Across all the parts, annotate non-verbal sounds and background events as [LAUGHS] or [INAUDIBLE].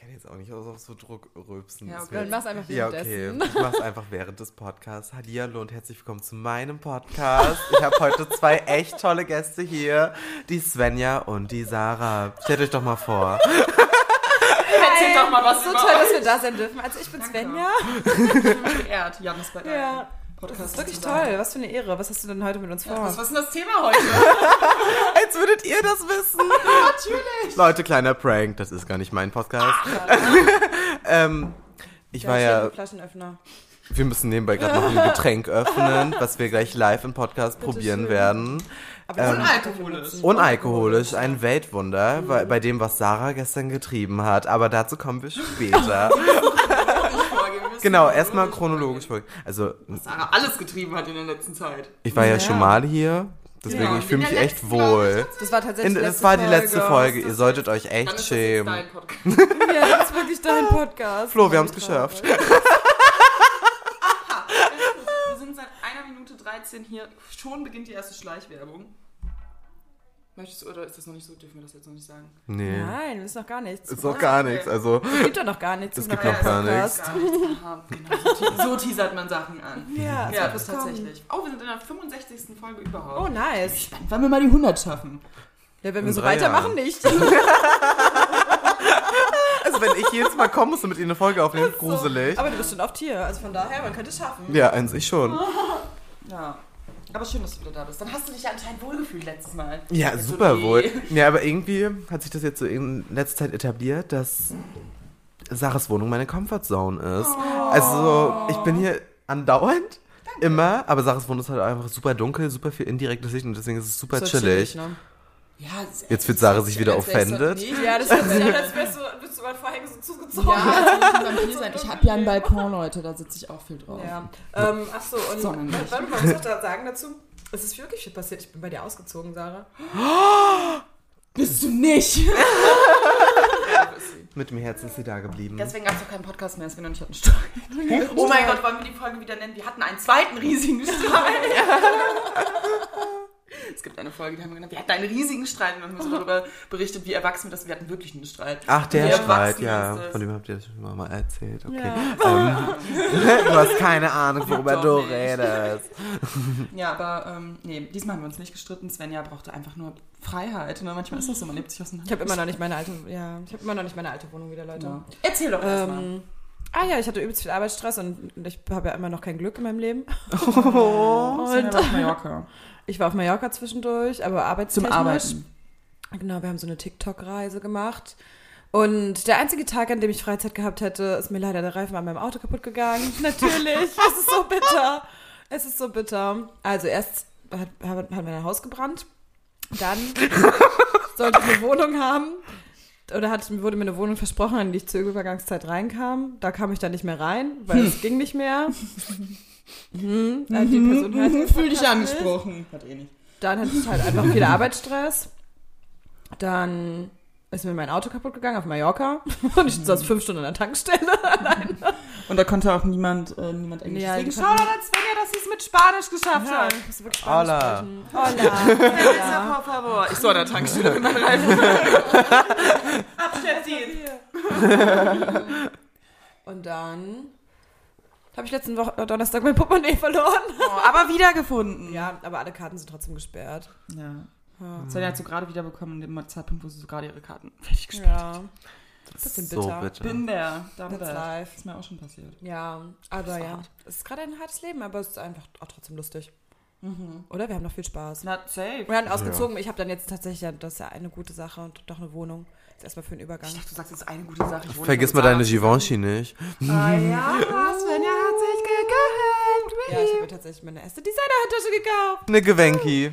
kann jetzt auch nicht auf so Druck rülpsen. Ja, Das okay, wär- dann mach's einfach ja, okay. währenddessen. Ich mach's einfach während des Podcasts. Hallihallo und herzlich willkommen zu meinem Podcast. Ich habe heute zwei echt tolle Gäste hier. Die Svenja und die Sarah. Stellt euch doch mal vor. Erzähl doch mal was So über toll, dass wir da sein dürfen. Also ich bin Danke. Svenja. euch. Ich bin geehrt, Janis bei deinem Ja. Podcast. Das ist wirklich zu sein. toll. Was für eine Ehre. Was hast du denn heute mit uns vor? Was, was ist denn das Thema heute? [LAUGHS] Als würdet ihr das wissen. [LAUGHS] Natürlich. Leute, kleiner Prank. Das ist gar nicht mein Podcast. [LAUGHS] ähm, ich war ja... Flaschenöffner. Wir müssen nebenbei gerade noch [LAUGHS] ein Getränk öffnen, was wir gleich live im Podcast probieren schön. werden. Aber Ähm, Unalkoholisch. Unalkoholisch, ein Weltwunder bei, bei dem, was Sarah gestern getrieben hat. Aber dazu kommen wir [LAUGHS] später. Oh. genau, erstmal chronologisch. vor- Also, Sarah alles getrieben hat in der letzten Zeit. ich war ja, Ja. schon mal hier, deswegen Ja, ich fühle in mich der echt letzten, wohl. Das war tatsächlich In, das war die letzte Folge, ihr solltet euch Dann echt ist das jetzt dein schämen. [LAUGHS] Podcast. Ja, das ist wirklich dein Podcast. Flo, wir haben's geschafft. Wir sind seit einer Minute 13 hier. Schon beginnt die erste Schleichwerbung. Möchtest du, oder ist das noch nicht so? Dürfen wir das jetzt noch nicht sagen? Nee, Nein, das ist noch gar nichts. ist doch gar nichts. Also, Es gibt doch noch gar nichts. Es zum gibt Ah, neuen noch gar Podcast. Gar nichts. Aha, genau, so, te so teasert man Sachen an. Ja, es Ja, wird das ist kommen. tatsächlich. Oh, wir sind in der 65. Folge überhaupt. Oh, nice. Spannend, wann wir mal die 100 schaffen. Ja, wenn In wir so drei weitermachen, Jahren. [LAUGHS] nicht. also wenn ich jedes Mal komme, musst du mit ihnen eine Folge aufnehmen, gruselig. Aber du bist schon oft hier. Also von daher, man könnte es schaffen. Ja, eins ich schon. Ja. Aber schön, dass du wieder da bist. Dann hast du dich ja anscheinend wohlgefühlt letztes Mal. Ja, Also super die- wohl. Ja, aber irgendwie hat sich das jetzt so in letzter Zeit etabliert, dass Sarahs Wohnung meine Comfortzone ist. Oh. Also, ich bin hier andauernd. Immer, aber Sarahs Wohnung ist halt einfach super dunkel, super viel indirektes Licht und deswegen ist es super So chillig. ne? Ja, es- Jetzt wird Sarah sich wieder als wär's doch offended. [LAUGHS] nie- [LAUGHS] Ja, das hört sich an, als wärst du, bist du mein Vorhänge so zugezogen. Ja, als würd also ich ein Vampir sein. Ich habe ja einen Balkon, Leute, da sitze ich auch viel drauf. Ja. Ähm, achso, und Sonnenlicht. warte mal, was soll ich da sagen dazu? Es ist wirklich viel passiert. Ich bin bei dir ausgezogen, Sarah. Bist du nicht? Mit dem Herzen ist sie da geblieben. [LAUGHS] Deswegen gab es auch keinen Podcast mehr, als wir noch nicht hatten Streit. Oh mein Gott, wollen wir die Folge wieder nennen? Wir hatten einen zweiten [LAUGHS] riesigen Streit. Es gibt eine Folge, die haben wir genannt. Wir hatten einen riesigen Streit und dann haben [LAUGHS] wir so darüber berichtet, wie erwachsen wir das Wir hatten wirklich einen Streit. Ach, der Wie Streit, erwachsen ja. ist das? Von dem habt ihr das schon mal erzählt. Okay. [LAUGHS] Ähm, [LAUGHS] du hast keine Ahnung, worüber Doch du nicht. redest. Ja, aber ähm, nee, diesmal haben wir uns nicht gestritten. Svenja brauchte einfach nur Freiheit. Ne? Manchmal ist das so, man lebt sich auseinander. Ich habe immer noch nicht meine alte, ja, ich habe immer noch nicht meine alte Wohnung wieder, Leute. Ja. Erzähl doch erst mal. Ähm, ah ja, ich hatte übelst viel Arbeitsstress und ich habe ja immer noch kein Glück in meinem Leben. Svenja war auf Mallorca. Ich war auf Mallorca zwischendurch, aber Zum arbeitstechnisch. Arbeiten. Genau, wir haben so eine TikTok-Reise gemacht. Und der einzige Tag, an dem ich Freizeit gehabt hätte, ist mir leider der Reifen an meinem Auto [LAUGHS] kaputt gegangen. Natürlich, [LAUGHS] es ist so bitter. Es ist so bitter. Also erst hat, hat hat mein Haus gebrannt, [LAUGHS] dann sollte ich eine Wohnung haben. Oder hat, wurde mir eine Wohnung versprochen, an die ich zur Übergangszeit reinkam. Da kam ich dann nicht mehr rein, weil Hm. es ging [LAUGHS] nicht mehr. Mhm, äh, die Person hört den Fühl dich Podcast angesprochen. Hat eh nicht. dann hatte ich halt einfach [LAUGHS] viel Arbeitsstress. Dann ist mir mein Auto kaputt gegangen auf Mallorca [LAUGHS] und ich saß fünf Stunden an der Tankstelle. Und da konnte auch niemand, äh, niemand Englisch Ja, singen. die Schau konnten- doch an Svenja, dass sie es mit Spanisch geschafft hat. ich muss wirklich Hola. Spanisch sprechen. [LAUGHS] Hola. [LAUGHS] Ja. Por favor. Ich so an der Tankstelle in der Reifen. [LAUGHS] Abschnitt ziehen. [LAUGHS] Und dann habe ich letzten Woche, Donnerstag mein Portemonnaie verloren. Oh, aber wiedergefunden. Ja, aber alle Karten sind trotzdem gesperrt. Hm. ja. Ja. Svenja hat so gerade wiederbekommen, in dem Zeitpunkt, wo sie so gerade ihre Karten fertig gespielt hat. ja. Bisschen So bitter. bitte. Bin der. Dann That's der. life. Ist mir auch schon passiert. Ja, aber ja. Es ist gerade ein hartes Leben, aber es ist einfach auch trotzdem lustig. Mhm. Oder? Wir haben noch viel Spaß. Not safe. Wir haben ausgezogen. Ich habe dann jetzt tatsächlich, ja, das ist ja eine gute Sache und doch eine Wohnung. Jetzt erstmal für den Übergang. Ich dachte, du sagst jetzt eine gute Sache. Ich wohne Vergiss jetzt mal mit deine Sarah. Givenchy nicht. Ah ja, Svenja hat sich gegönnt. Ja, ich habe mir tatsächlich meine erste Designer-Handtasche gekauft. Eine Gewenki.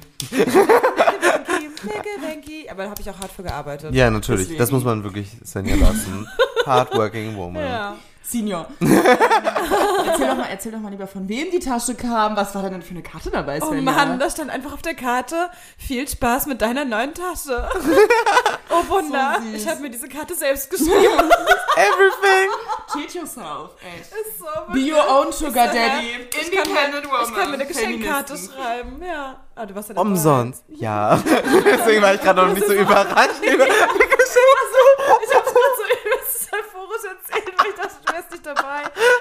Danke, danke. Aber da habe ich auch hart für gearbeitet. Ja, natürlich. Das Deswegen. muss man wirklich Svenja [LAUGHS] lassen. Hardworking woman. Senior. [LAUGHS] erzähl, doch mal, erzähl doch mal lieber, von wem die Tasche kam. Was war da denn für eine Karte dabei, Oh Svenja? Mann, da stand einfach auf der Karte, viel Spaß mit deiner neuen Tasche. [LAUGHS] oh Wunder, So süß. ich habe mir diese Karte selbst geschrieben. Everything. [LAUGHS] Cheat yourself. Echt. Das ist so Be your own sugar Ich sag, daddy. ich kann mir- Independent woman. Ich kann mir eine Geschenkkarte Feministin. schreiben, ja. Ah, du warst ja dabei. Umsonst. Ja. [LAUGHS] Deswegen war ich gerade noch ein bisschen überrascht. Ich hab's gerade so [LAUGHS] übelst dabei.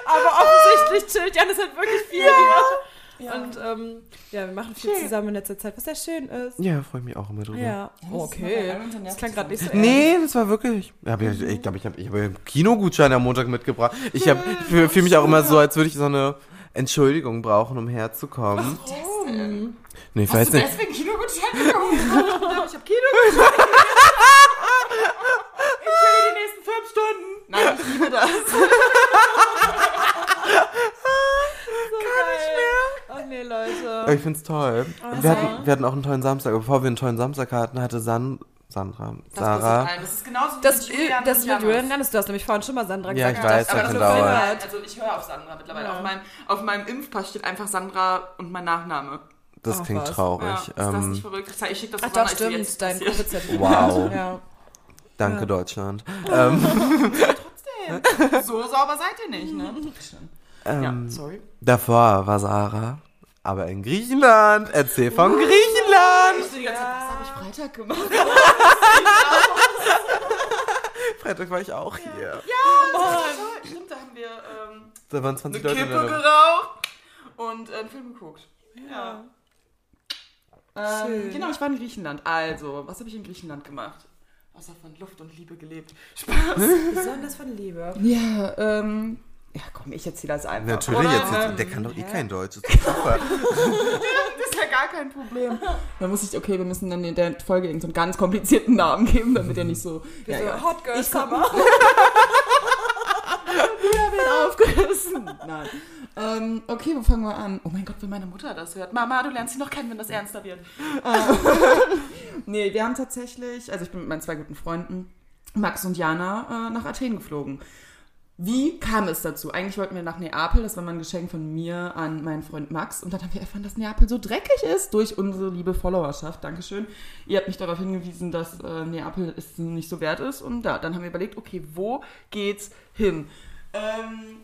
Aber offensichtlich chillt Janis halt wirklich viel hier. Ja. Und ähm, ja, wir machen viel zusammen in letzter Zeit, was sehr schön ist. Ja, freue ich mich auch immer drüber. Ja. das ist okay. mal geil, Das klang gerade nicht so Nee, das war wirklich. Ja, aber Mhm. ich ich glaube, ich habe ich hab einen Kinogutschein am Montag mitgebracht. Ich, hab- ich fühle mich auch immer so, als würde ich so eine Entschuldigung brauchen, um herzukommen. Deswegen Nee, ich weiß nicht. Kinogutschein bekommen? Ja, ich hab Kino. [LAUGHS] die nächsten fünf Stunden. Nein, ich liebe das. Kann ich mehr. Oh nee, Leute. Aber ich find's toll. Oh, Wir hatten, wir hatten auch einen tollen Samstag. Aber Bevor wir einen tollen Samstag hatten, hatte San, Sandra, Sarah. Das ist genauso Das, wie Julian das und mit Janis. Julian Janis, du hast nämlich vorhin schon mal Sandra Ja, gesagt. ich weiß, ja, dass- Aber kann das ist dass du dauern. Filme halt, hat. also ich höre auf Sandra mittlerweile. Ja. Auf, meinem, auf meinem Impfpass steht einfach Sandra und mein Nachname. Das Ach, klingt was. oh Ja, traurig. ist das ähm, nicht verrückt? Ich schicke das Ach Sandra, doch, als sie stimmt, jetzt dein passiert. Covid-Zertifikat. Wow. Ja. danke, [LAUGHS] Ja. Deutschland. ähm, So sauber seid ihr nicht, [LAUGHS] ne? ähm, Ja, sorry. Davor war Sarah. Aber in Griechenland. Erzähl von Griechenland. Ich die ganze Zeit, was habe ich Freitag gemacht? Freitag war ich auch hier. Oh, stimmt, da haben wir ähm, Da waren eine 20 Leute in Kippe der geraucht und äh, einen Film geguckt. Ja. Ähm, Schön. genau, ich war in Griechenland. Also, was habe ich in Griechenland gemacht? Außer von Luft und Liebe gelebt. Spaß. Besonders von Liebe. Ja, ähm. Ja, komm, ich erzähle das einfach. Natürlich, Oder, jetzt, ähm, der kann doch eh hä? kein Deutsch. Das ist doch [LAUGHS] super. Das ist ja gar kein Problem. Dann muss ich, okay, wir müssen dann in der Folge irgendeinen ganz komplizierten Namen geben, damit er nicht so. Wir Ja, so, ja. Hot Girl Ich komm- Summer. Wieder wird aufgerissen. Nein. Ähm, okay, wo fangen wir an? Oh mein Gott, wenn meine Mutter das hört. Mama, du lernst sie noch kennen, wenn das ernster wird. Ähm, [LAUGHS] nee, wir haben tatsächlich, also ich bin mit meinen zwei guten Freunden, Max und Jana, äh, nach Athen geflogen. Wie kam es dazu? Eigentlich wollten wir nach Neapel, das war mal ein Geschenk von mir an meinen Freund Max. Und dann haben wir erfahren, dass Neapel so dreckig ist durch unsere liebe Followerschaft. Dankeschön. Ihr habt mich darauf hingewiesen, dass äh, Neapel es nicht so wert ist. Und da, dann haben wir überlegt, okay, wo geht's hin? Ähm,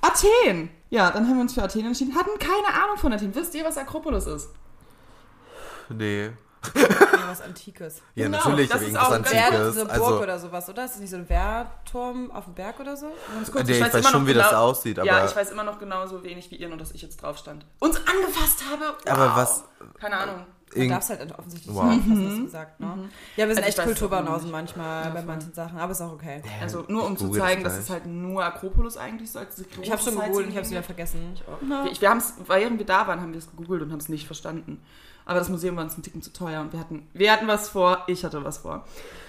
Athen! Ja, dann haben wir uns für Athen entschieden, hatten keine Ahnung von Athen. Wisst ihr, was Akropolis ist? Nee. [LAUGHS] Irgendwas Antikes. Ja, Genau, natürlich, das aber ist irgendwas auch- Antikes. Berg, so eine Burg also, oder sowas, oder? Ist das nicht so ein Wehrturm auf dem Berg oder so? kurz, nee, ich ich weiß, weiß immer schon, noch wie das genau- aussieht, aber, ja, ich weiß immer noch genauso wenig wie ihr, nur dass ich jetzt drauf stand. Uns angefasst habe! Wow. aber was. Keine Ahnung. Du Irgend, darfst halt offensichtlich Wow. wow. nicht, hast du gesagt, ne? Ja, wir Also sind Mhm. ich echt weiß Kulturbanausen auch manchmal bei voll. manchen Sachen, aber ist auch okay. Also nur um Äh, Ich zu google zeigen, das dass es gleich. halt nur Akropolis eigentlich so als Ich habe schon gegoogelt, ich habe es wieder wieder vergessen. Wir, wir haben's, während wir da waren, haben wir es gegoogelt und haben es nicht verstanden. Aber das Museum war uns einen Ticken zu teuer und wir hatten, wir hatten was vor, ich hatte was vor.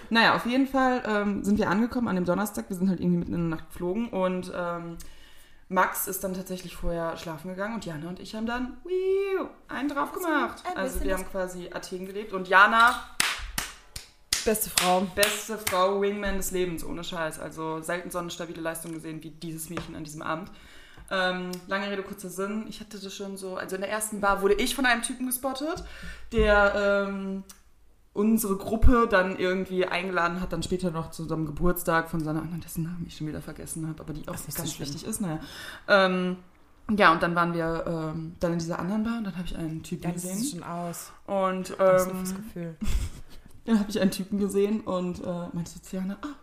Naja, auf jeden Fall ähm, sind wir angekommen an dem Donnerstag. Wir sind halt irgendwie mitten in der Nacht geflogen und ähm, Max ist dann tatsächlich vorher schlafen gegangen und Jana und ich haben dann wiu, einen drauf gemacht. ein Also bisschen wir haben quasi Athen gelebt und Jana, Beste Frau. beste Frau, Wingman des Lebens, ohne Scheiß. Also selten so eine stabile Leistung gesehen wie dieses Mädchen an diesem Abend. Ähm, lange Rede, kurzer Sinn. Ich hatte das schon so, also in der ersten Bar wurde ich von einem Typen gespottet, der ähm, unsere Gruppe dann irgendwie eingeladen hat, dann später noch zu seinem Geburtstag von seiner anderen, dessen Namen ich schon wieder vergessen habe, aber die auch Ist nicht so ganz schlimm. wichtig ist, naja. Ähm, ja, und dann waren wir ähm, dann in dieser anderen Bar und dann habe ich einen Typen Ja, das ist gesehen. schon aus. Und Das ist das ähm, Gefühl. dann habe ich einen Typen gesehen und äh, meinte so zu Jana, ah,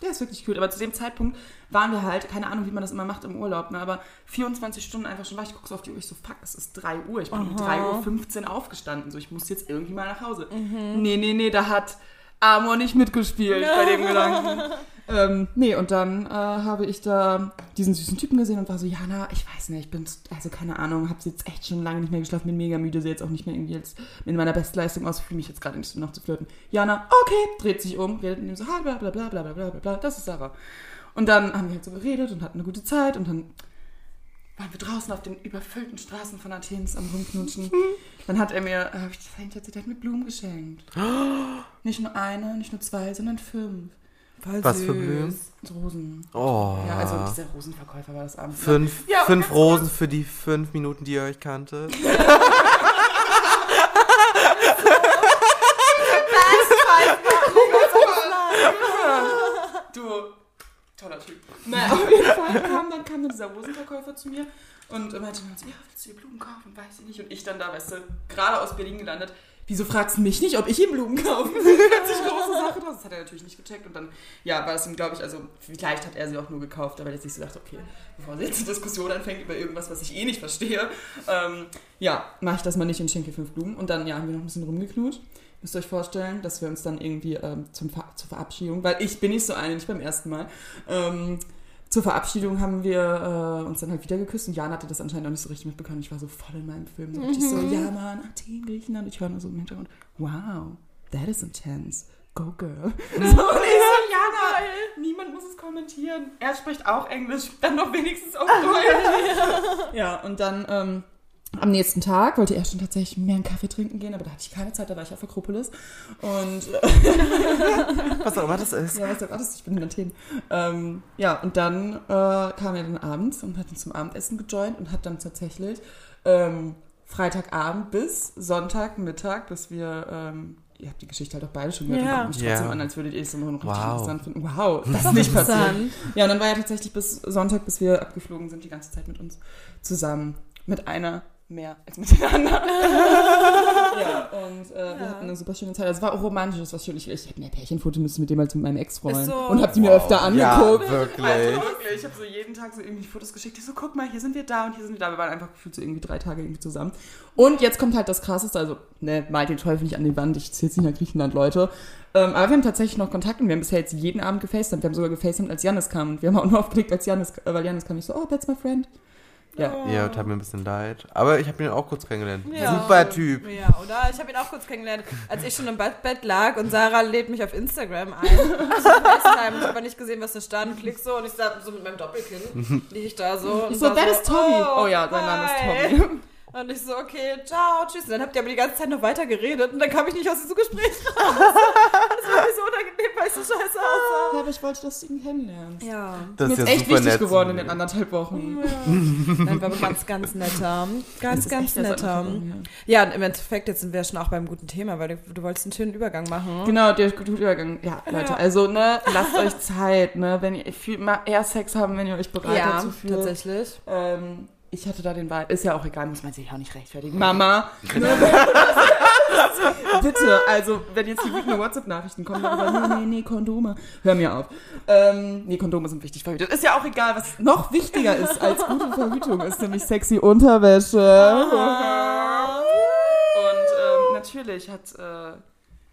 der ist wirklich cool. Aber zu dem Zeitpunkt waren wir halt, keine Ahnung, wie man das immer macht im Urlaub, ne, aber 24 Stunden einfach schon wach. Ich gucke so auf die Uhr, ich so, fuck, es ist 3 Uhr. Ich bin um 3.15 Uhr aufgestanden. So, ich muss jetzt irgendwie mal nach Hause. Nee, nee, nee, da hat Amor nicht mitgespielt bei dem Gedanken. Ähm, nee, und dann äh, habe ich da diesen süßen Typen gesehen und war so, Jana, ich weiß nicht, ich bin, z- also keine Ahnung, habe jetzt echt schon lange nicht mehr geschlafen, bin mega müde, sehe jetzt auch nicht mehr irgendwie jetzt in meiner Bestleistung aus, fühle mich jetzt gerade nicht so nach zu flirten. Jana, okay, dreht sich um, redet mit ihm so, hi, bla bla bla bla bla bla bla, bla, das ist Sarah. Und dann haben wir halt so geredet und hatten eine gute Zeit und dann waren wir draußen auf den überfüllten Straßen von Athens am Rumknutschen. Dann hat er mir, äh, hab ich das hinterher hat mir Blumen geschenkt. Nicht nur eine, nicht nur zwei, sondern fünf. Voll Was süß. für Blumen? Rosen. Oh. Ja, also dieser Rosenverkäufer war das abends. fünf Ja, fünf Rosen für die fünf Minuten, die ihr euch [LAUGHS] kanntet. Du, toller Typ. Na, auf jeden Fall kam dann, kam dann dieser Rosenverkäufer zu mir und meinte dann so, ja, willst du dir Blumen kaufen? Weiß ich nicht. Und ich dann da, weißt du, gerade aus Berlin gelandet. wieso fragst du mich nicht, ob ich ihm Blumen kaufe? Das ist eine sich große Sache. Das hat er natürlich nicht gecheckt. Und dann, ja, war das ihm, glaube ich, also vielleicht hat er sie auch nur gekauft, weil er sich so dachte, okay, bevor sie jetzt eine Diskussion anfängt über irgendwas, was ich eh nicht verstehe, ähm, ja, mache ich das mal nicht und schenke ihr fünf Blumen. Und dann, ja, haben wir noch ein bisschen rumgeknutscht. Müsst ihr euch vorstellen, dass wir uns dann irgendwie ähm, zum Ver zur Verabschiedung, weil ich bin nicht so eine, nicht beim ersten Mal, ähm, zur Verabschiedung haben wir äh, uns dann halt wieder geküsst und Jan hatte das anscheinend auch nicht so richtig mitbekommen. Ich war so voll in meinem Film. So richtig so, ja Mann, Athen, Griechenland. Ich höre nur so im Hintergrund, wow, that is intense. Go [LAUGHS] girl. So, und ich so, Jana, niemand muss es kommentieren. Er spricht auch Englisch, dann doch wenigstens [LAUGHS] auch Deutsch. ja, und dann ähm, am nächsten Tag wollte er schon tatsächlich mehr einen Kaffee trinken gehen, aber da hatte ich keine Zeit, da war ich auf Akropolis. Und äh, Was auch immer das ist. ja, was sagt alles? Ich bin in Athen. Ähm, ja, und dann äh, kam er dann abends und hat uns zum Abendessen gejoint und hat dann tatsächlich ähm, Freitagabend bis Sonntagmittag, bis wir, ähm, ihr habt die Geschichte halt auch beide schon gehört, Ja. ja. guckt mich trotzdem Ja. an, als würdet ihr es immer noch richtig Wow. interessant finden. Wow, das [LAUGHS] Doch ist nicht passiert. interessant. Ja, und dann war er tatsächlich bis Sonntag, bis wir abgeflogen sind, die ganze Zeit mit uns zusammen. Mit einer mehr als mit den anderen. ja, und äh, wir hatten eine super schöne Zeit. Also es war auch romantisch, es war schön. Ich, ich hätte mir Pärchenfoto müssen mit dem als mit meinem Ex-Freund. Ist so. Und hab die mir öfter angeguckt. Ja, Also wirklich. wirklich, ich habe so jeden Tag so irgendwie Fotos geschickt. Ich so, guck mal, hier sind wir da und hier sind wir da. Wir waren einfach gefühlt so irgendwie drei Tage irgendwie zusammen. Und jetzt kommt halt das Krasseste, also, ne, malt den Teufel nicht an die Wand, ich zähl's nicht nach Griechenland, Leute. Ähm, aber wir haben tatsächlich noch Kontakt und wir haben bisher jetzt jeden Abend gefacetimed. Wir haben sogar gefacetimed, als Janis kam. Und wir haben auch nur aufgelegt, als Janis, äh, weil Janis kam. Ich so, oh, that's my friend. Ja. Ja, tat mir ein bisschen leid. Aber ich habe ihn auch kurz kennengelernt. Ja. Super Typ. Ja, oder? Ich habe ihn auch kurz kennengelernt, als ich schon im Bett, Bett lag und Sarah lädt mich auf Instagram ein. [LAUGHS] Ich habe aber nicht gesehen, was da stand. Klick so und ich sah so mit meinem Doppelkinn, liege ich da so. und Ich so, war that is Tommy. Oh, ja, dein sein Name Tommy. ist Tommy. Und ich so, okay, ciao, tschüss. Und dann habt ihr aber die ganze Zeit noch weiter geredet und dann kam ich nicht aus diesem Gespräch raus. [LAUGHS] Das war mir so unangenehm, weil ich so scheiße aussah. Aber ich wollte, dass du ihn kennenlernst. Ja, Das Mir ist ja ist echt super wichtig nett. geworden in den anderthalb Wochen. nein, war aber ganz, ganz netter. Ganz, ganz netter. Ja, und im Endeffekt, jetzt sind wir schon auch beim guten Thema, weil du, du wolltest einen schönen Übergang machen. Genau, der gute Übergang. Ja, Leute, Ja. also, ne, lasst euch Zeit, ne, wenn ihr viel, mal eher Sex haben, wenn ihr euch bereit ja, dazu fühlt. tatsächlich. Ähm, ich hatte da den Wahl. Ist ja auch egal, muss man sich auch nicht rechtfertigen. Mama. Genau. Ne? [LAUGHS] Bitte, also, wenn jetzt die guten WhatsApp-Nachrichten kommen, dann sagen, nee, nee, nee, Kondome. Hör mir auf. Ähm, nee, Kondome sind wichtig verhütet. Ist ja auch egal, was noch wichtiger ist als gute Verhütung, ist nämlich sexy Unterwäsche. Und ähm, natürlich hat, äh,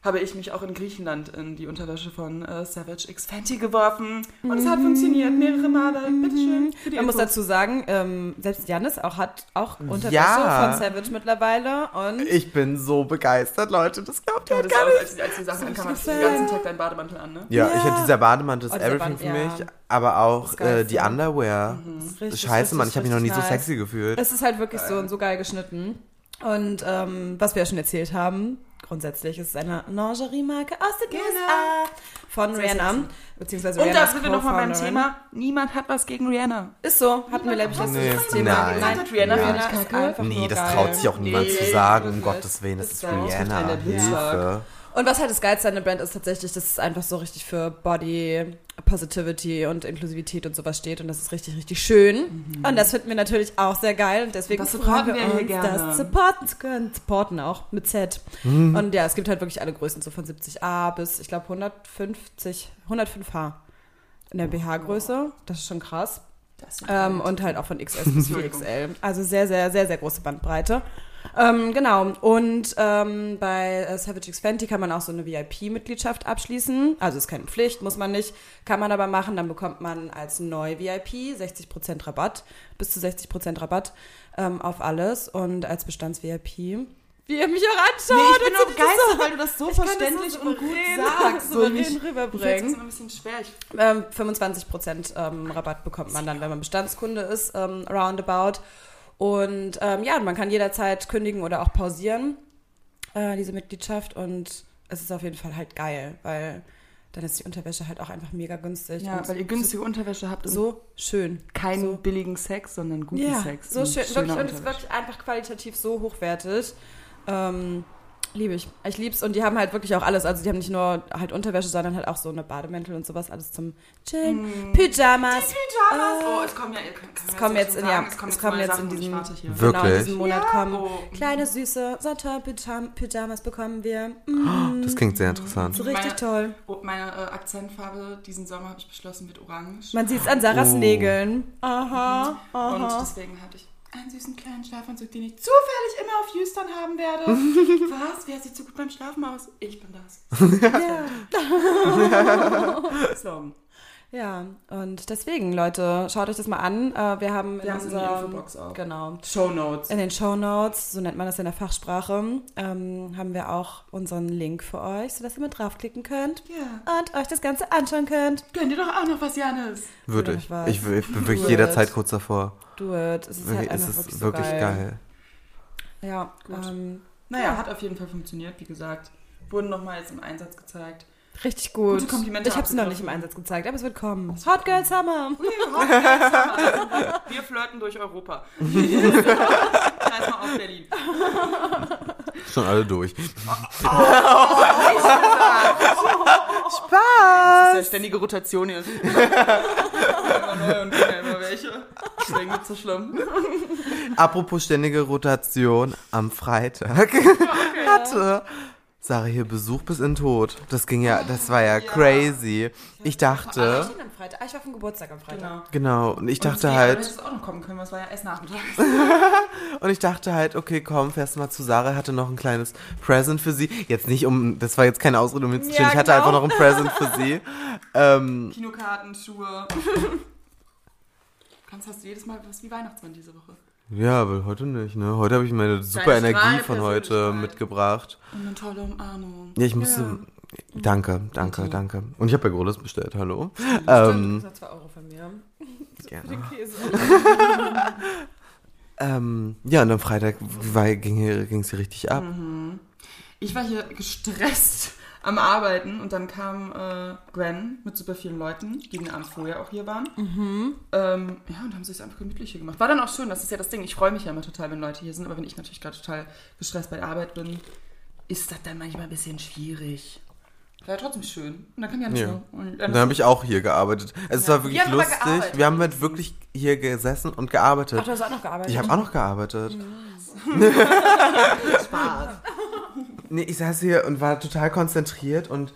habe ich mich auch in Griechenland in die Unterwäsche von äh, Savage X Fenty geworfen. Und es hat funktioniert mehrere Male. Bitteschön. für die Mhm. Man muss Infos. dazu sagen, ähm, selbst Janis auch hat auch Unterwäsche Ja. Äh, von Savage mittlerweile und Ich bin so begeistert, Leute. Das glaubt ihr Ja, halt das gar war, nicht. als, als die Sachen ankamen, hast du den gefällt. ganzen Tag deinen Bademantel an, ne? Ja, Ja. ich hatte dieser Bademantel ist Oh, dieser everything Band- für ja. mich, aber auch Das Geilste. äh, die Underwear. Mhm. Richtig, Scheiße, richtig, Mann, ich habe mich noch nie richtig so nice. sexy gefühlt. es ist halt wirklich so und so geil geschnitten. Und ähm, was wir ja schon erzählt haben, grundsätzlich ist es eine Lingerie-Marke aus den Genau. USA von So Rihanna, ist beziehungsweise Und da Rihannas sind wir nochmal beim Co-Founderin. Thema, niemand hat was gegen Rihanna. Ist so, hatten wir letztens das Nee, Thema nein. gesagt. Nein. Rihanna Nein. finde ich kacke. einfach Nee, nur das geil. traut sich auch niemand zu Nee, sagen, um wirklich. Gottes Willen. Das Ist ist so. Rihanna. Das wird einer Hilfe. Und was halt das Geilste an der Brand ist tatsächlich, dass es einfach so richtig für Body Positivity und Inklusivität und sowas steht und das ist richtig, richtig schön. Und das finden wir natürlich auch sehr geil und deswegen Mhm. Das supporten freuen wir, wir hier uns, gerne. das supporten zu können. Supporten auch mit Z. Und ja, es gibt halt wirklich alle Größen, so von 70a bis, ich glaube, 150, 105h in der BH-Größe. Das ist schon krass. Das Ähm, und halt auch von [LAUGHS] XS bis 4XL. Also sehr, sehr, sehr, sehr große Bandbreite. Ähm, genau. Und ähm, bei äh, Savage X Fenty kann man auch so eine VIP-Mitgliedschaft abschließen. Also ist keine Pflicht, muss man nicht. Kann man aber machen. Dann bekommt man als neu VIP 60% Rabatt. Bis zu 60% Rabatt ähm, auf alles. Und als Bestands-VIP. Wie ihr mich auch anschaut. ich bin und so auch dieses [LAUGHS] begeistert, weil du das so Ich kann das so verständlich und gut souverän- [LAUGHS] sagst. So souverän mich- rüberbringen. Mir fällt's immer ein bisschen schwer. Ich Ähm, 25% ähm, Rabatt bekommt man dann, wenn man Bestandskunde ist, ähm, roundabout. Und ähm, ja, man kann jederzeit kündigen oder auch pausieren, äh, diese Mitgliedschaft. Und es ist auf jeden Fall halt geil, weil dann ist die Unterwäsche halt auch einfach mega günstig. ja, und weil ihr günstige Unterwäsche habt und so so schön. keinen so- billigen Sex, sondern guten ja, Sex. so und schön. schöner Wirklich, und es ist Unterwäsche. wirklich einfach qualitativ so hochwertig. Ähm, Liebe ich. Ich lieb's und die haben halt wirklich auch alles. Also die haben nicht nur halt Unterwäsche, sondern halt auch so eine Bademäntel und sowas, alles zum Chillen. Pyjamas. Mm. Pyjamas. Oh, es kommen ja, ihr könnt, es Äh, kommen jetzt in- ja, es kommen jetzt in diesen- Wir- Genau, in Wirklich? diesem Monat Ja, kommen oh. kleine süße Satin-Pyjamas bekommen wir. Das klingt sehr interessant. So richtig Meine- toll. Oh, meine äh, Akzentfarbe diesen Sommer habe ich beschlossen mit Orange. Man sieht's an Sarahs Oh. Nägeln. Aha, Mhm. Und aha. deswegen hatte ich einen süßen kleinen Schlafanzug, den ich zufällig immer auf Houston haben [LAUGHS] werde. Was? Wer sieht so gut beim Schlafen aus? Ich bin das. Ja. So, ja, und deswegen, Leute, schaut euch das mal an. Äh, Wir haben Wir haben's in der unserem- Infobox auch. Genau. [LAUGHS] Show Notes. In den Shownotes, so nennt man das in der Fachsprache, ähm, haben wir auch unseren Link für euch, sodass ihr mit draufklicken könnt Ja. und euch das Ganze anschauen könnt. Gönn dir doch auch noch was, Janis. Würde Oder ich. was? Ich, ich bin wirklich Würde. jederzeit kurz davor. Do it. Es ist Wirklich, halt es einfach ist wirklich, wirklich, so geil. geil. Ja, Gut. ähm, Naja, hat auf jeden Fall funktioniert, wie gesagt. Wurden nochmal jetzt im Einsatz gezeigt. richtig gut. Gute Komplimente ich habe es noch abgegriffen. nicht im Einsatz gezeigt, aber es wird kommen. Hot Girl Summer. [LAUGHS] Wir flirten durch Europa. [LAUGHS] Scheiß mal auf Berlin. Schon alle [LAUGHS] durch. Oh, Das ist ja ständige Rotation hier. immer neue und wieder immer welche. Deswegen nicht so schlimm. Apropos ständige Rotation am Freitag [LAUGHS] hatte Sarah hier Besuch bis in Tod. Das ging ja, das war ja, crazy. Ich Ah, dachte, ich bin am Freitag. Ah, ich war vom Geburtstag am Freitag. Genau. genau, und ich dachte Du halt, hättest auch noch kommen können, was war ja erst Nachmittag. und ich dachte halt, okay, komm, fährst mal zu Sarah, hatte noch ein kleines Present für sie. Jetzt nicht um, das war jetzt keine Ausrede, um jetzt zu Ja, stehen. Ich hatte genau. einfach noch ein Present für sie. Ähm, Kinokarten, Schuhe. Ganz hast du jedes Mal was wie Weihnachtsmann diese Woche. ja, aber heute nicht, ne? Heute habe ich meine super Deine Energie strahlende von heute Persönlichkeit. mitgebracht. Und eine tolle Umarmung. Ja, ich musste. Danke, danke, Bitte. danke. Und ich habe bei Gorillas bestellt, hallo. Stimmt, Genau. Ähm, das war 2 Euro von mir. Für gerne. den Käse. Ähm, ja, und am Freitag war, ging hier- ging's hier richtig ab. Mhm. Ich war hier gestresst am Arbeiten und dann kam äh, Gwen mit super vielen Leuten, die den Abend vorher auch hier waren. Ähm, ja, und haben sich einfach gemütlich hier gemacht. War dann auch schön, das ist ja das Ding. Ich freue mich ja immer total, wenn Leute hier sind, aber wenn ich natürlich gerade total gestresst bei der Arbeit bin, ist das dann manchmal ein bisschen schwierig. War ja trotzdem schön. Und dann kam Janis Ja. noch. Und Und dann dann habe ich auch hier gearbeitet. Also, es war wirklich Wir haben aber lustig. gearbeitet. Wir haben halt wirklich hier gesessen und gearbeitet. Ach, du hast auch noch gearbeitet. ich habe auch noch gearbeitet. [LAUGHS] Spaß. Nee, ich saß hier und war total konzentriert und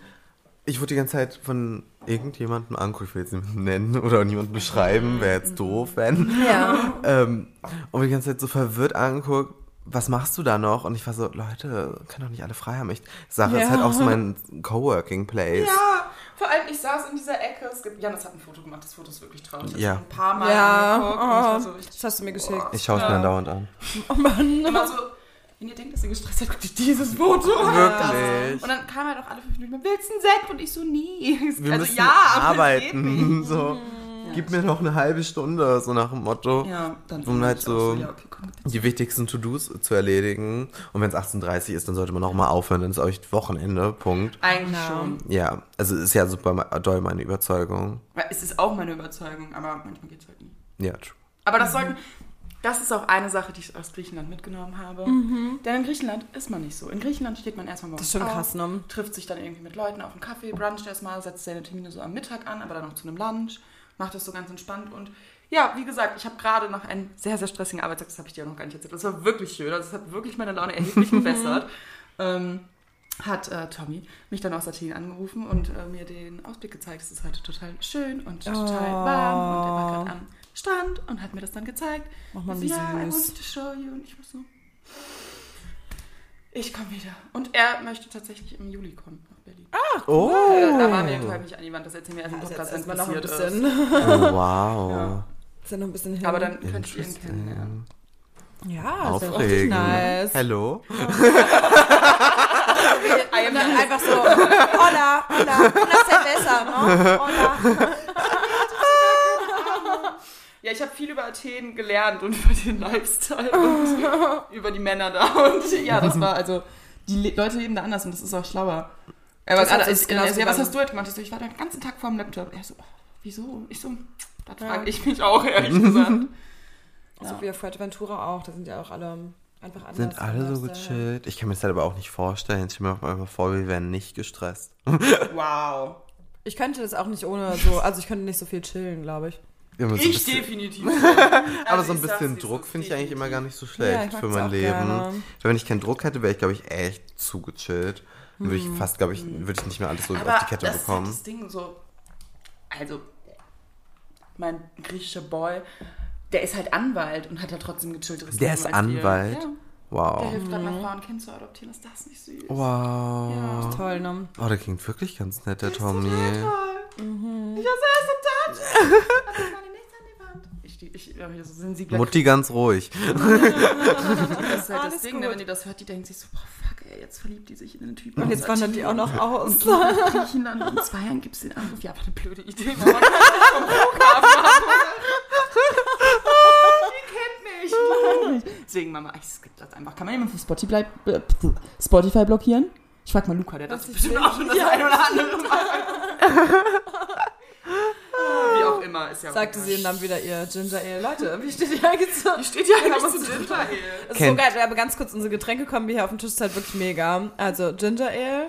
ich wurde die ganze Zeit von irgendjemandem angeguckt. Ich will jetzt niemanden nennen oder niemanden beschreiben, wäre Mhm. jetzt doof, wenn. [LAUGHS] ja. Ähm, und wurde die ganze Zeit so verwirrt angeguckt, was machst du da noch? Und ich war so, Leute, kann doch nicht alle frei haben. Ich Sache ist Ja. halt auch so mein Coworking Place. Ja, vor allem ich saß in dieser Ecke. Es gibt, Janis hat ein Foto gemacht, das Foto ist wirklich traurig. Ich hab's Ja. ein paar Mal angeguckt und ich Ja. Oh. war so richtig das hast du mir geschickt. Ich schaue es mir andauernd an. Oh Mann. immer so, wenn ihr denkt, dass ihr gestresst seid, guckt ihr dieses Foto. Wirklich? Und dann kam halt auch alle fünf Minuten, willst du einen Sekt? Und [LAUGHS] ich so, nee. Wir also müssen ja, aber es geht nicht. [LAUGHS] arbeiten. So. Gib mir noch eine halbe Stunde, so nach dem Motto. Ja, dann Und halt ich auch so- ja, okay, komm, bitte. Die wichtigsten To-Dos zu erledigen. Und wenn es 18.30 ist, dann sollte man auch mal aufhören, dann ist auch echt Wochenende. Punkt. Eigentlich Ja. schon. Ja, also ist ja super me- doll meine Überzeugung. Weil Es ist auch meine Überzeugung, aber manchmal geht's halt nie. Ja, true. Aber Mhm. das sollten. Das ist auch eine Sache, die ich aus Griechenland mitgenommen habe. Denn in Griechenland ist man nicht so. In Griechenland steht man erstmal morgens Mhm. Das ist schon auf, krass, ne? trifft sich dann irgendwie mit Leuten auf einen Kaffee, bruncht erstmal, setzt seine Termine so am Mittag an, aber dann noch zu einem Lunch, macht das so ganz entspannt und ja, wie gesagt, ich habe gerade noch einen sehr, sehr stressigen Arbeitstag, das habe ich dir auch noch gar nicht erzählt. Das war wirklich schön, also das hat wirklich meine Laune [LAUGHS] erheblich verbessert. Ähm, hat äh, Tommy mich dann aus Athen angerufen und äh, mir den Ausblick gezeigt. Es ist heute total schön und total warm und er war gerade am Strand und hat mir das dann gezeigt. Ach man, So, wie ja, I süß. wanted to show you. Und ich war so, ich komme wieder. Und er möchte tatsächlich im Juli kommen nach Berlin. Oh, Äh, Da waren wir total nicht an die Wand. Das erzählen wir erst im Das ist Podcast, jetzt wenn es erstmal noch ein passiert bisschen. ist. Oh, wow. Ja. Ist ja noch ein bisschen hin. Aber dann könnt ihr ihn Interesting. kennenlernen. ja, Ah, ist ja richtig Aufregend. nice. Hello. I am Und dann einfach so, hola, hola, una cerveza, no? ne? Hola. Ja, ich habe viel über Athen gelernt und [LAUGHS] über den Lifestyle [LAUGHS] und über die Männer da. Und ja, das war also, die Le Leute leben da anders und das ist auch schlauer. Er war Das hat gerade, sich ich, genauso also, ja, was gemacht. hast du heute gemacht? Ich so, ich war den ganzen Tag vor dem Laptop. Er so, oh, wieso? Ich so, [LAUGHS] das frage ich mich auch, ehrlich gesagt. Also So wie auf Fuerteventura auch, da sind ja auch alle Einfach anders. Sind alle anders so daher. gechillt? Ich kann mir das halt aber auch nicht vorstellen. Ich stelle mir auf einmal vor, wir wären nicht gestresst. Wow. Also Ich könnte das auch nicht ohne so, also ich könnte nicht so viel chillen, glaube ich. Wir haben so ein Ich bisschen- [LAUGHS] definitiv. Also aber so ein ich sag's bisschen dir, Druck so finde ich eigentlich immer gar nicht so schlecht mag für das mein auch Leben. gerne. Wenn ich keinen Druck hätte, wäre ich, glaube ich, echt zugechillt. Dann würde ich fast, glaube ich, würde ich nicht mehr alles so Aber auf die Kette das Ist bekommen. halt das Ding so. Also, mein griechischer Boy, der ist halt Anwalt und hat halt trotzdem gechillteres Der Leben ist als wir. Anwalt. Ja. Der Wow. hilft dann Mhm. mal Frauen Kind zu adoptieren. Ist das nicht süß? Oh, Wow. Toll, ne? Oh, der klingt wirklich ganz nett, der Ist Tommy. total toll. Mhm. Ich [LAUGHS] war so erst total. toll. Ich meine nichts an die Wand. Ich, ich, ich habe hier so sensibler Mutti ganz ruhig. Das ist halt das Alles Ding, ne, gut. wenn die das hört, die denkt sich so, boah, fuck, ey, jetzt verliebt die sich in den Typen. Und jetzt aus wandert die auch noch aus. Athen, Griechenland und in zwei Jahren gibt es den Anruf. Ja, war eine blöde Idee. Mama, kann ich vom Flughafen ab, [LAUGHS] oder? Die kennt mich. Deswegen, Mama, ich skippe das einfach. Kann man jemanden von Spotify, äh, Spotify blockieren? Ich frag mal Luca, der hat das Das ist bestimmt auch schon das wirklich- eine oder andere Mal. [LAUGHS] Wie auch immer, ist ja auch Sagte egal. sie und dann wieder ihr Ginger Ale. Leute, wie steht ihr eigentlich so? Wie steht ja Ja, eigentlich was- zu Ginger Ale? Das ist so Kennt- geil, aber ganz kurz, unsere Getränkekombi hier auf dem Tisch ist halt wirklich mega. Also Ginger Ale,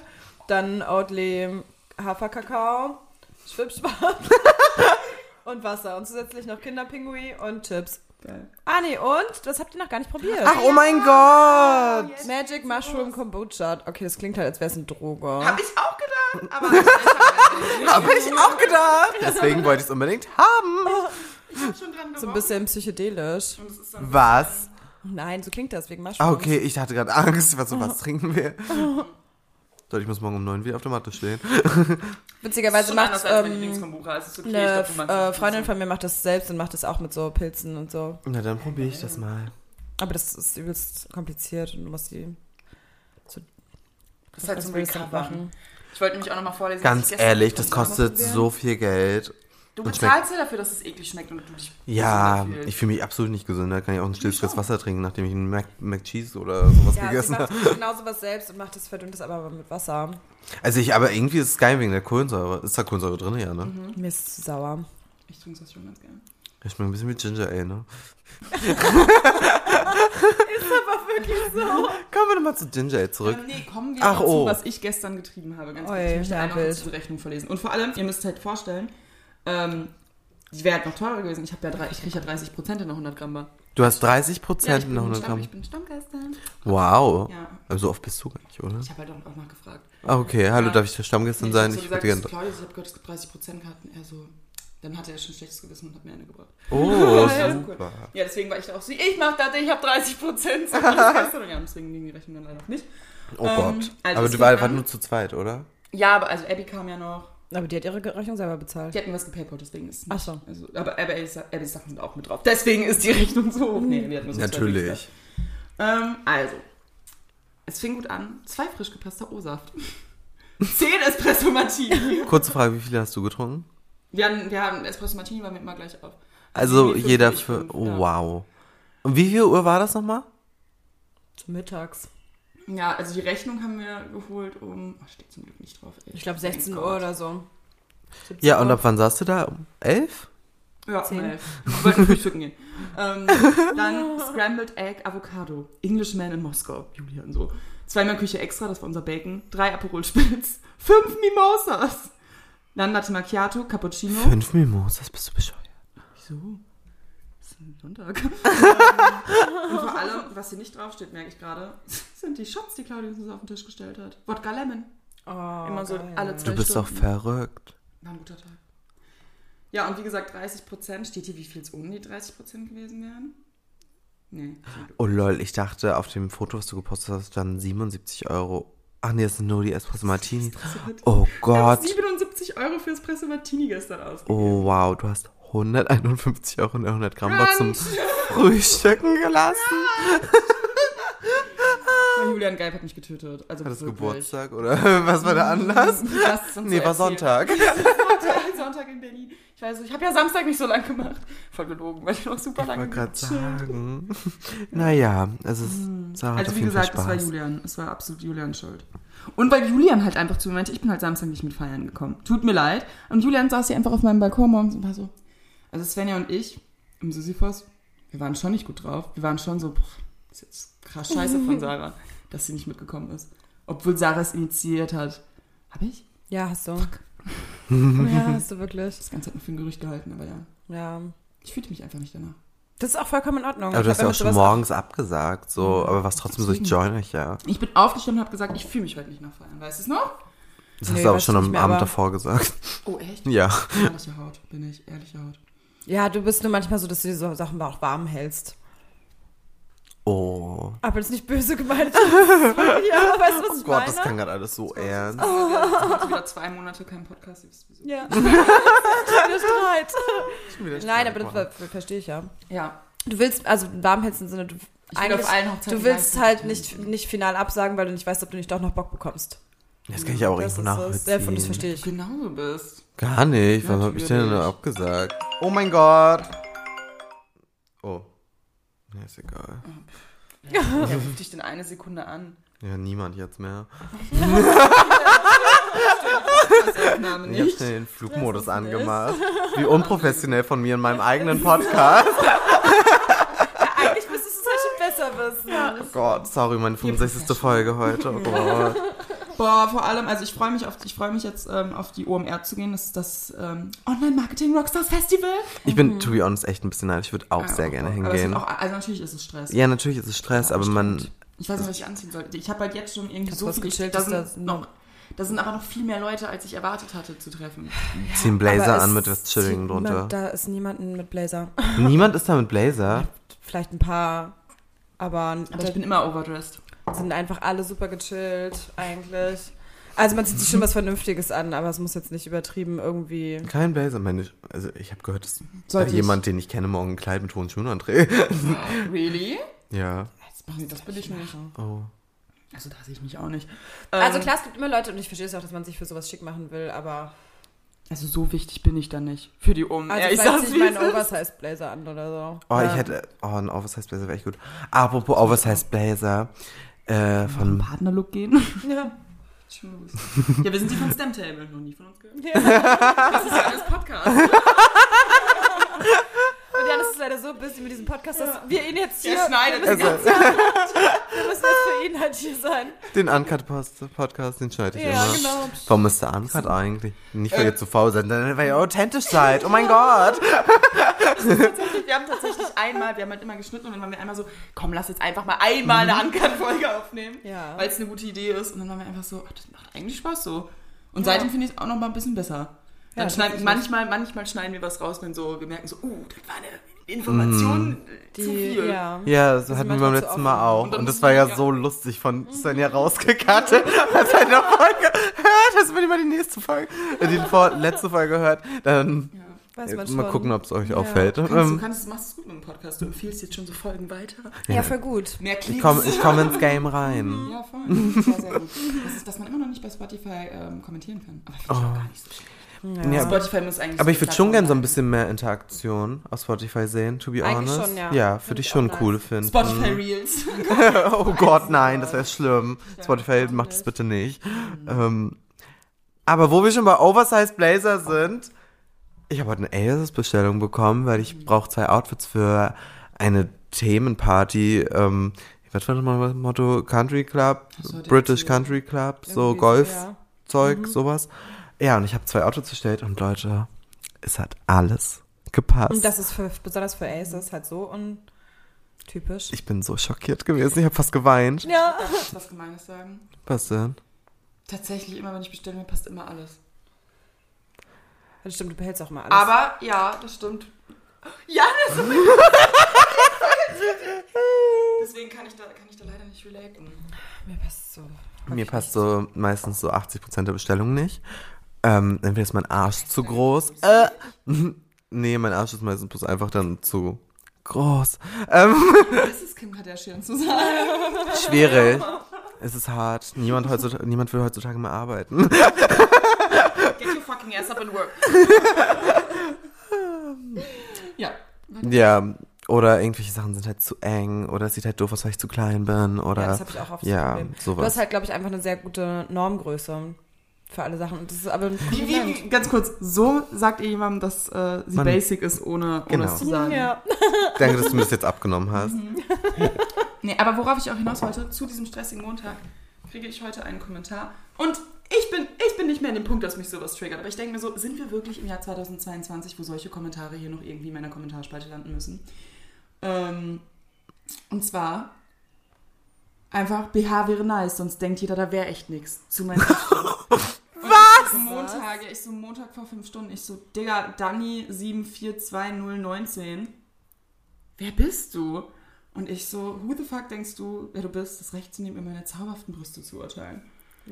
dann Oatly Haferkakao, [LAUGHS] Schwipschwap und Wasser. Und zusätzlich noch Kinderpingui und Chips. Geil. Ah nee, und? Das habt ihr noch gar nicht probiert. Ach, oh mein Gott. Magic Mushroom Kombucha. Okay, das klingt halt, als wäre es eine Droge. Hab ich auch gedacht, aber ich habe Hab ich auch gedacht. Deswegen wollte ich es unbedingt haben. schon dran [LAUGHS] So ein bisschen psychedelisch. Und es ist dann Was? Mhm. Nein, so klingt das wegen Mushroom. Ah, okay, ich hatte gerade Angst. [LAUGHS] Was, was trinken wir? Leute, ich muss morgen um 9 wieder auf der Matte stehen. Witzigerweise macht ähm, Lieblingskombucha. Es ist okay, eine ich glaub, du äh, meinst Freundin von mir macht das selbst und macht das auch mit so Pilzen und so. Na, dann probiere ich das mal. Aber das ist übelst kompliziert und du musst die. Das ist halt zum willst du damit Recovern. Ich wollte nämlich auch nochmal vorlesen. was ich Ganz gestern ehrlich, das getrunken kostet probieren? so viel Geld. habe. Du und bezahlst ja dafür, dass es eklig schmeckt und du dich Ja, gesünder ich fühlst. fühle mich absolut nicht gesünder. Kann ich auch ein stilles schon. Glas Wasser trinken, nachdem ich einen Mac, Mac Cheese oder sowas Ja, sie gegessen macht habe. genau sowas selbst und macht das, verdünnt das aber mit Wasser. Also ich, aber irgendwie ist es geil wegen der Kohlensäure. Ist da Kohlensäure drin, ja, ne? Mhm. Hm? Mir ist es zu [LAUGHS] sauer. Ich trinke das schon ganz gerne. Das schmeckt ein bisschen wie Ginger Ale, ne? Kommen wir nochmal zu Ginger Ale zurück. Ähm, nee, kommen wir Ach, zu, oh. was ich gestern getrieben habe. Ganz Oi, kurz. Ich möchte Oh, ja, eine wild. kurz die Rechnung verlesen. Und vor allem, ihr müsst halt vorstellen, ähm, die wäre halt noch teurer gewesen. Ich, hab ja drei, ich kriege ja 30 Prozent in der 100 Gramm Bar. Du hast 30 Ja, ich Prozent bin, in der 100 Stamm, Gramm. ich bin Stammgästin. Wow. Ja. Also oft bist du gar nicht, oder? Ich habe halt auch auch nachgefragt. Ah, okay. Hallo, Ja. darf ich der Stammgästin Ich sein? hab so Ich gesagt, würde gerne. das ist Claudius, ich habe gehört, es gibt 30% Karten. Er so, dann hatte er schon schlechtes Gewissen und hat mir eine gebracht. Oh, [LAUGHS] Ja, super. Ja, deswegen war ich da auch so, ich mach das, ich [LAUGHS] habe 30%. So, ja, deswegen ging die Rechnung dann leider auf mich. Oh Ähm, Gott. also aber es du fing war, war an- nur zu zweit, oder? Ja, aber also Abby kam ja noch. [LAUGHS] Aber die hat ihre Rechnung selber bezahlt. Die hatten was gepaypalt, deswegen ist es Ach nicht- so. Also, aber Abbys Abby Sachen sind auch mit drauf. Deswegen ist die Rechnung so hoch. Nee, wir hatten nur so zwei Dings Natürlich. da. Ähm, also, es fing gut an. Zwei frisch gepresster O-Saft. [LAUGHS] Zehn Espresso Martini. Kurze Frage, wie viele hast du getrunken? Wir haben, wir haben Espresso Martini, waren wir immer gleich auf. Also Nee, fünf, jeder ich für. fünf, Oh, ja. wow. Und wie viel Uhr war das nochmal? Mittags. Ja, also die Rechnung haben wir geholt um. Oh, steht zum Glück nicht drauf. ey. Ich glaube 16 Oh Mein Uhr Gott. oder so. 17 Ja, und Uhr. ab wann saßt du da? Um elf? Ja, um Zehn. elf. Wir wollten frühstücken [LAUGHS] gehen. ähm, dann Scrambled Egg Avocado. Englishman in Moskau. Julia und so. Zweimal Küche extra, das war unser Bacon. Drei Aperol Spitz. [LAUGHS] Fünf Mimosas. Dann Latte Macchiato, Cappuccino. Fünf Mimosas, bist du bescheuert? Wieso? Ist ein Sonntag. [LAUGHS] Ähm, und vor allem, was hier nicht draufsteht, merke ich gerade, sind die Shots, die Claudia uns auf den Tisch gestellt hat. Wodka Lemon. Oh, Immer so geil. alle zwei Du bist doch Stunden. verrückt. War ein guter Tag. Ja, und wie gesagt, 30 Prozent. Steht hier, wie viel es ohne die 30 Prozent gewesen wären? Nee. Oh lol, ich dachte auf dem Foto, was du gepostet hast, dann 77 Euro. Ach nee, das sind nur die Espresso Martini. Oh Wir haben Gott. 77 Euro für Espresso Martini gestern aus. Oh wow, du hast 151 Euro in der 100 Gramm Bar zum [LAUGHS] Frühstücken gelassen. Julian Geib hat mich getötet. Also War das wirklich. Geburtstag oder [LAUGHS] was war der Anlass? [LAUGHS] Lass es uns Nee, so war erzählen. [LAUGHS] Sonntag. Sonntag- Sonntag in Berlin. Ich weiß nicht, ich habe ja Samstag nicht so lang gemacht. Voll gelogen, weil ich noch super Ich lange wollte gerade gechillt habe. [LAUGHS] sagen. Naja, also Hm. es- Sarah hat Also auf wie jeden Fall gesagt, es war Spaß. Julian. Es war absolut Julians Schuld. Und weil Julian halt einfach zu mir meinte, ich bin halt Samstag nicht mit Feiern gekommen. Tut mir leid. Und Julian saß hier einfach auf meinem Balkon morgens und war so. Also Svenja und ich im Sisyphos, wir waren schon nicht gut drauf. Wir waren schon so, boah, Das ist jetzt krass scheiße [LAUGHS] von Sarah, dass sie nicht mitgekommen ist. Obwohl Sarah es initiiert hat. Habe ich? Ja, hast du. [LAUGHS] ja, hast du wirklich. Das Ganze hat mich für ein Gerücht gehalten, aber ja. Ja. Ich fühlte mich einfach nicht danach. Das ist auch vollkommen in Ordnung. Aber du Ich hast ja hab auch schon immer sowas- morgens abgesagt, Hm. so, aber was trotzdem so, ich Deswegen. join euch, ja. Ich bin aufgestanden und habe gesagt, ich fühle mich heute nicht nach Feiern. Weißt du es noch? Das Nee, hast du aber weiß schon ich am nicht mehr, Abend aber- davor gesagt. [LAUGHS] Oh, echt? Ja. Ehrliche Haut, bin ich. Ehrliche Haut. Ja, du bist nur manchmal so, dass du dir so Sachen auch warm hältst. Oh. Aber das ist nicht [LAUGHS] böse gemeint. ja, weißt du, was ich Gott, meine? das kann gerade alles so ernst. [LAUGHS] Jetzt wieder zwei Monate kein Podcast. ja. [LAUGHS] Wieder Streit. Nein, aber das ver- ver- verstehe ich ja. Ja. Du willst, also warm hältst im Sinne, du, Ich will auf allen Hochzeiten du willst gleichzeitig halt nicht, nicht final absagen, weil du nicht weißt, ob du nicht doch noch Bock bekommst. Das kann ich aber auch das irgendwo ist so. Ja, von- das nachvollziehen. verstehe Du ich. Genau so bist. Gar nicht, was hab ich denn Natürlich. da abgesagt? Oh mein Gott. Oh. Ja, ist egal. Hm. [LAUGHS] Ja, ruf dich denn eine Sekunde an. Ja, niemand jetzt mehr. Aufnahme Ich habe nicht. schnell den Flugmodus angemacht. Wie unprofessionell von mir in meinem eigenen [LAUGHS] Podcast. Eigentlich müsstest du ah, es halt schon besser wissen. Oh Gott, sorry, meine 65. Folge heute. Oh Gott. Boah, vor allem, also ich freue mich auf, ich freue mich jetzt ähm, auf die OMR zu gehen. Das ist das ähm, Online-Marketing-Rockstars-Festival. Ich bin, to be honest, echt ein bisschen neidisch. Ich würde Ah, auch oh sehr gerne oh, Aber es wird hingehen. auch, also natürlich ist es Stress. Ja, natürlich ist es Stress, aber man. Ich weiß nicht, was ich anziehen sollte. Ich habe halt jetzt schon irgendwie Das so was viel. gechillt Da ist, das- sind, noch, da sind aber noch viel mehr Leute, als ich erwartet hatte zu [LAUGHS] treffen. Zieh einen Blazer Aber an es mit was Chilling zieht drunter. niemand- Da ist niemanden mit Blazer. Niemand ist da mit Blazer. Vielleicht ein paar, aber, Aber ich bin immer overdressed. da sind einfach alle super gechillt, eigentlich. Also man zieht sich schon was Vernünftiges an, aber es muss jetzt nicht übertrieben irgendwie. Kein Blazer, meine. Also, ich habe gehört, dass Sollte ich- jemand, den ich kenne, morgen ein Kleid mit hohen Schuhen anträgt. Really? [LAUGHS] Ja. Das, machen, das bin ich nicht. Oh. Also da sehe ich mich auch nicht. Also Ähm, klar, es gibt immer Leute und ich verstehe es auch, dass man sich für sowas schick machen will, aber Also so wichtig bin ich dann nicht. Für die OMR. also ich vielleicht sag's ziehe wie ich meinen es ist. Oversize Blazer an oder so. Oh, ich Ja. hätte. Oh, ein Oversize Blazer wäre echt gut. Apropos Oversize Blazer. Äh, von. Partnerlook gehen. [LAUGHS] Ja. ja, wir sind die von Stemtable. Noch nie von uns [LAUGHS] gehört. Ja. Das ist ja alles Podcast. [LAUGHS] Und Jan ist leider so busy mit diesem Podcast, dass wir ihn jetzt hier. Ihr schneidet wir es müssen, Also, wir müssen jetzt für ihn halt hier sein. den Uncut-Podcast, den schneide ich Ja, immer. genau. Äh. Warum ist der Uncut eigentlich? Nicht, weil ihr zu faul seid, sondern weil ihr authentisch seid. Oh mein Gott. Wir haben tatsächlich einmal, wir haben halt immer geschnitten und dann waren wir einmal so, komm, lass jetzt einfach mal einmal eine Mhm. Uncut-Folge aufnehmen, Ja. weil es eine gute Idee ist. Und dann waren wir einfach so, ach, das macht eigentlich Spaß so. Und seitdem finde ich es auch noch mal ein bisschen besser. Dann Ja, schneiden, tatsächlich. manchmal, manchmal schneiden wir was raus, wenn so, wir merken so, uh, das war eine Information äh, zu viel. ja. Mhm. Ja, so hatten wir beim sind manchmal zu letzten offen. Mal auch. Und dann Und das müssen war wir- ja ja. so lustig von Svenja rausgekattet. [LAUGHS] Als er in der Folge hört, dass man immer die nächste Folge, äh, die vor, letzte Folge hört, dann Weiß äh, man mal schon. gucken, ob es euch auffällt. Du kannst, du Ähm, kannst es machst es gut mit dem Podcast. Du empfiehlst jetzt schon so Folgen weiter. Ja, voll gut. Mehr ich Klicks. komme ich komm ins Game rein. ja, voll. Das war sehr gut. Das ist, dass man immer noch nicht bei Spotify ähm, kommentieren kann. Aber finde ich auch gar nicht so schlimm. Ja, aber, Spotify muss eigentlich. Oh. aber so ich würde eine schon gern so ein Plattform bisschen mehr Interaktion auf Spotify sehen, to be Eigentlich honest. schon, ja. würde Find ich ich schon auch cool nice. finden. sein. Spotify Reels. [LAUGHS] Oh Gott, nein, das wäre schlimm. Spotify macht es bitte nicht. Mhm. Ähm, aber wo wir schon bei Oversize Blazer sind, ich habe heute eine ASS-Bestellung bekommen, weil Mhm. ich brauche zwei Outfits für eine Themenparty. Ähm, was war nochmal das Motto? Country Club, Hast du heute British erzählt. Country Club, so Irgendwie so, Golfzeug, ja. Mhm. sowas. Ja, und ich habe zwei Outfits bestellt und Leute, es hat alles gepasst. Und das ist für, besonders für Aces halt so untypisch. ich bin so schockiert gewesen, ich habe fast geweint. Ja. Darf ich jetzt was Gemeines sagen? Was denn? Tatsächlich, immer wenn ich bestelle, mir passt immer alles. Das stimmt, du behältst auch mal alles. Aber ja, das stimmt. Ja, das [LAUGHS] ist Deswegen kann ich, da, kann ich da leider nicht relaten. mir passt so. Mir passt so meistens so 80% der Bestellungen nicht. Ähm, entweder ist mein Arsch zu groß. Äh, [LAUGHS] nee, mein Arsch ist meistens bloß einfach dann zu groß. Das ist Kim Kardashian zu sein. Schwierig. [LAUGHS] Es ist hart. Niemand, heutzutage, niemand will heutzutage mehr arbeiten. Get your fucking ass up and work. [LAUGHS] ja. ja, oder irgendwelche Sachen sind halt zu eng oder es sieht halt doof aus, weil ich zu klein bin oder Ja, das habe ich auch oft ja, das Problem. Du hast sowas. halt, glaube ich, einfach eine sehr gute Normgröße für alle Sachen. Und das ist aber ein Wie, wie, ganz kurz, so sagt ihr jemandem, dass äh, sie Man- basic ist, ohne, ohne Genau. es zu [LAUGHS] sagen. Ja. Mhm. Danke, dass du mir das jetzt abgenommen hast. Nee, aber worauf ich auch hinaus wollte, zu diesem stressigen Montag kriege ich heute einen Kommentar. Und ich bin, ich bin nicht mehr an dem Punkt, dass mich sowas triggert. Aber ich denke mir so, sind wir wirklich im Jahr 2022, wo solche Kommentare hier noch irgendwie in meiner Kommentarspalte landen müssen? Ähm, und zwar einfach, BH wäre nice, sonst denkt jeder, da wäre echt nichts. Zu meinen Was? Montage, ich so Montag vor fünf Stunden, ich so, Digga, Dani 742019. Wer bist du? Und ich so, who the fuck denkst du, wer du bist, das Recht zu nehmen, über meine zauberhaften Brüste zu urteilen?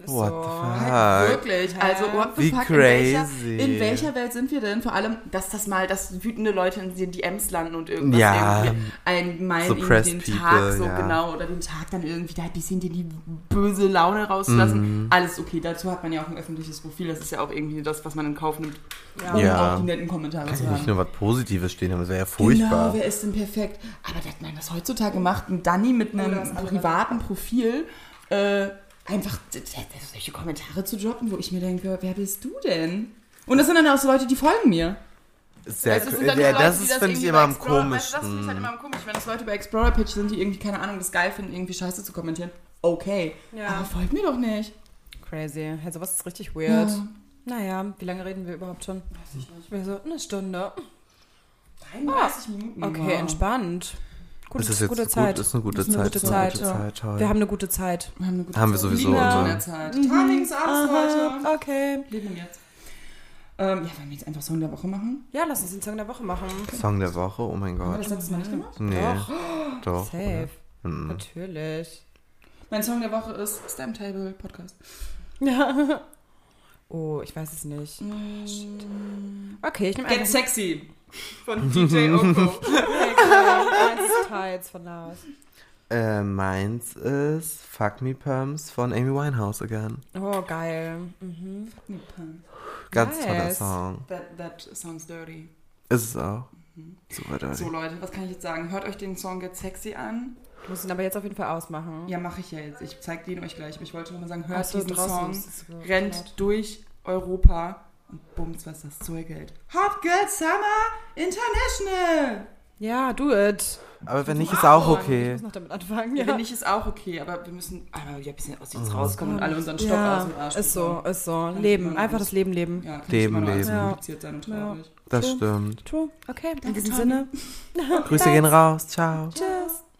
What the Halt, fuck? Wirklich, also what the Wie fuck, In, crazy. welcher, in welcher Welt sind wir denn? Vor allem, dass das mal, dass wütende Leute in den DMs landen und irgendwas Ja. irgendwie einen meinen So irgendwie press den people, Tag so ja. genau oder den Tag dann irgendwie da ein bisschen dir die böse Laune Mhm. rauszulassen. Alles okay, dazu hat man ja auch ein öffentliches Profil, das ist ja auch irgendwie das, was man in Kauf nimmt, um Ja. auch die netten Kommentare zu haben. Nicht nur was Positives stehen, haben, das wäre ja Genau, furchtbar. wer ist denn perfekt? Aber dass man das heutzutage macht, ein Danny mit einem was anderes. privaten Profil, äh, einfach d- d- d- solche Kommentare zu droppen, wo ich mir denke, wer bist du denn? Und das sind dann auch so Leute, die folgen mir. Sehr Also es sind cool. dann die ja, Leute, das die ist, finde ich, irgendwie immer bei am Explorer- weißt du, Das finde ich halt komischsten. immer am komisch, wenn das Leute bei Explorer Pitch sind, die irgendwie, keine Ahnung, das geil finden, irgendwie Scheiße zu kommentieren. Okay, Ja. aber folgt mir doch nicht. Crazy. Also was ist richtig weird. Ja. Naja, wie lange reden wir überhaupt schon? Weiß ich nicht. Wir so eine Stunde. 31 Minuten. Okay, Ja. entspannt. Gute, Es ist jetzt gute gut, Zeit. Ist eine gute Ist eine Zeit. gute ist eine Zeit, gute ja. Zeit, toll. wir haben eine gute Zeit. Wir haben, eine gute Haben wir Zeit. sowieso Lieben immer. in der Zeit. Mhm. heute. Aha, okay. Leben im Jetzt. Ähm, ja, wollen wir jetzt einfach Song der Woche machen? Ja, lass uns den Song der Woche machen. Song der Woche, oh mein Haben wir Gott. das letztes Mal nicht gemacht? Nee, doch. Safe. oder? Mhm. Natürlich. Mein Song der Woche ist Stemtable Podcast. Ja. [LAUGHS] Oh, ich weiß es nicht. Okay, ich nehme Get einfach Sexy von [LAUGHS] DJ Oko. eins des Teils von Laos. Äh, meins ist Fuck Me Pumps von Amy Winehouse again. Oh, geil. Mhm. Ganz toller Nice. Song. that, that sounds dirty. Ist es auch. Super toll. So Leute, was kann ich jetzt sagen? Hört euch den Song Get Sexy an. Ich muss ihn aber jetzt auf jeden Fall ausmachen. Ja, mache ich ja jetzt. Ich zeig den euch gleich. Aber ich wollte nur mal sagen, Ach hört so, diesen draußen Song. ist Genau. es so rennt laut. durch Europa und bums, was das Zeug hält. Hot Girl Summer International! Ja, do it. Aber wenn nicht, ist Wow. auch Ich okay. muss noch damit anfangen. Ja. Ja. Wenn nicht, ist auch okay, aber wir müssen einmal wieder ein bisschen aus Mhm. jetzt rauskommen und alle unseren Stock aus dem Arsch Ist so, bekommen. ist so. ich Leben, immer einfach alles. das Leben leben. Ja, Leben, kann nicht immer nur alles Leben. Ja. kompliziert sein und traurig. Das So. stimmt. True. Okay, in Danke, diesem Toni. [LAUGHS] Sinne. Grüße gehen raus. Ciao. Tschüss.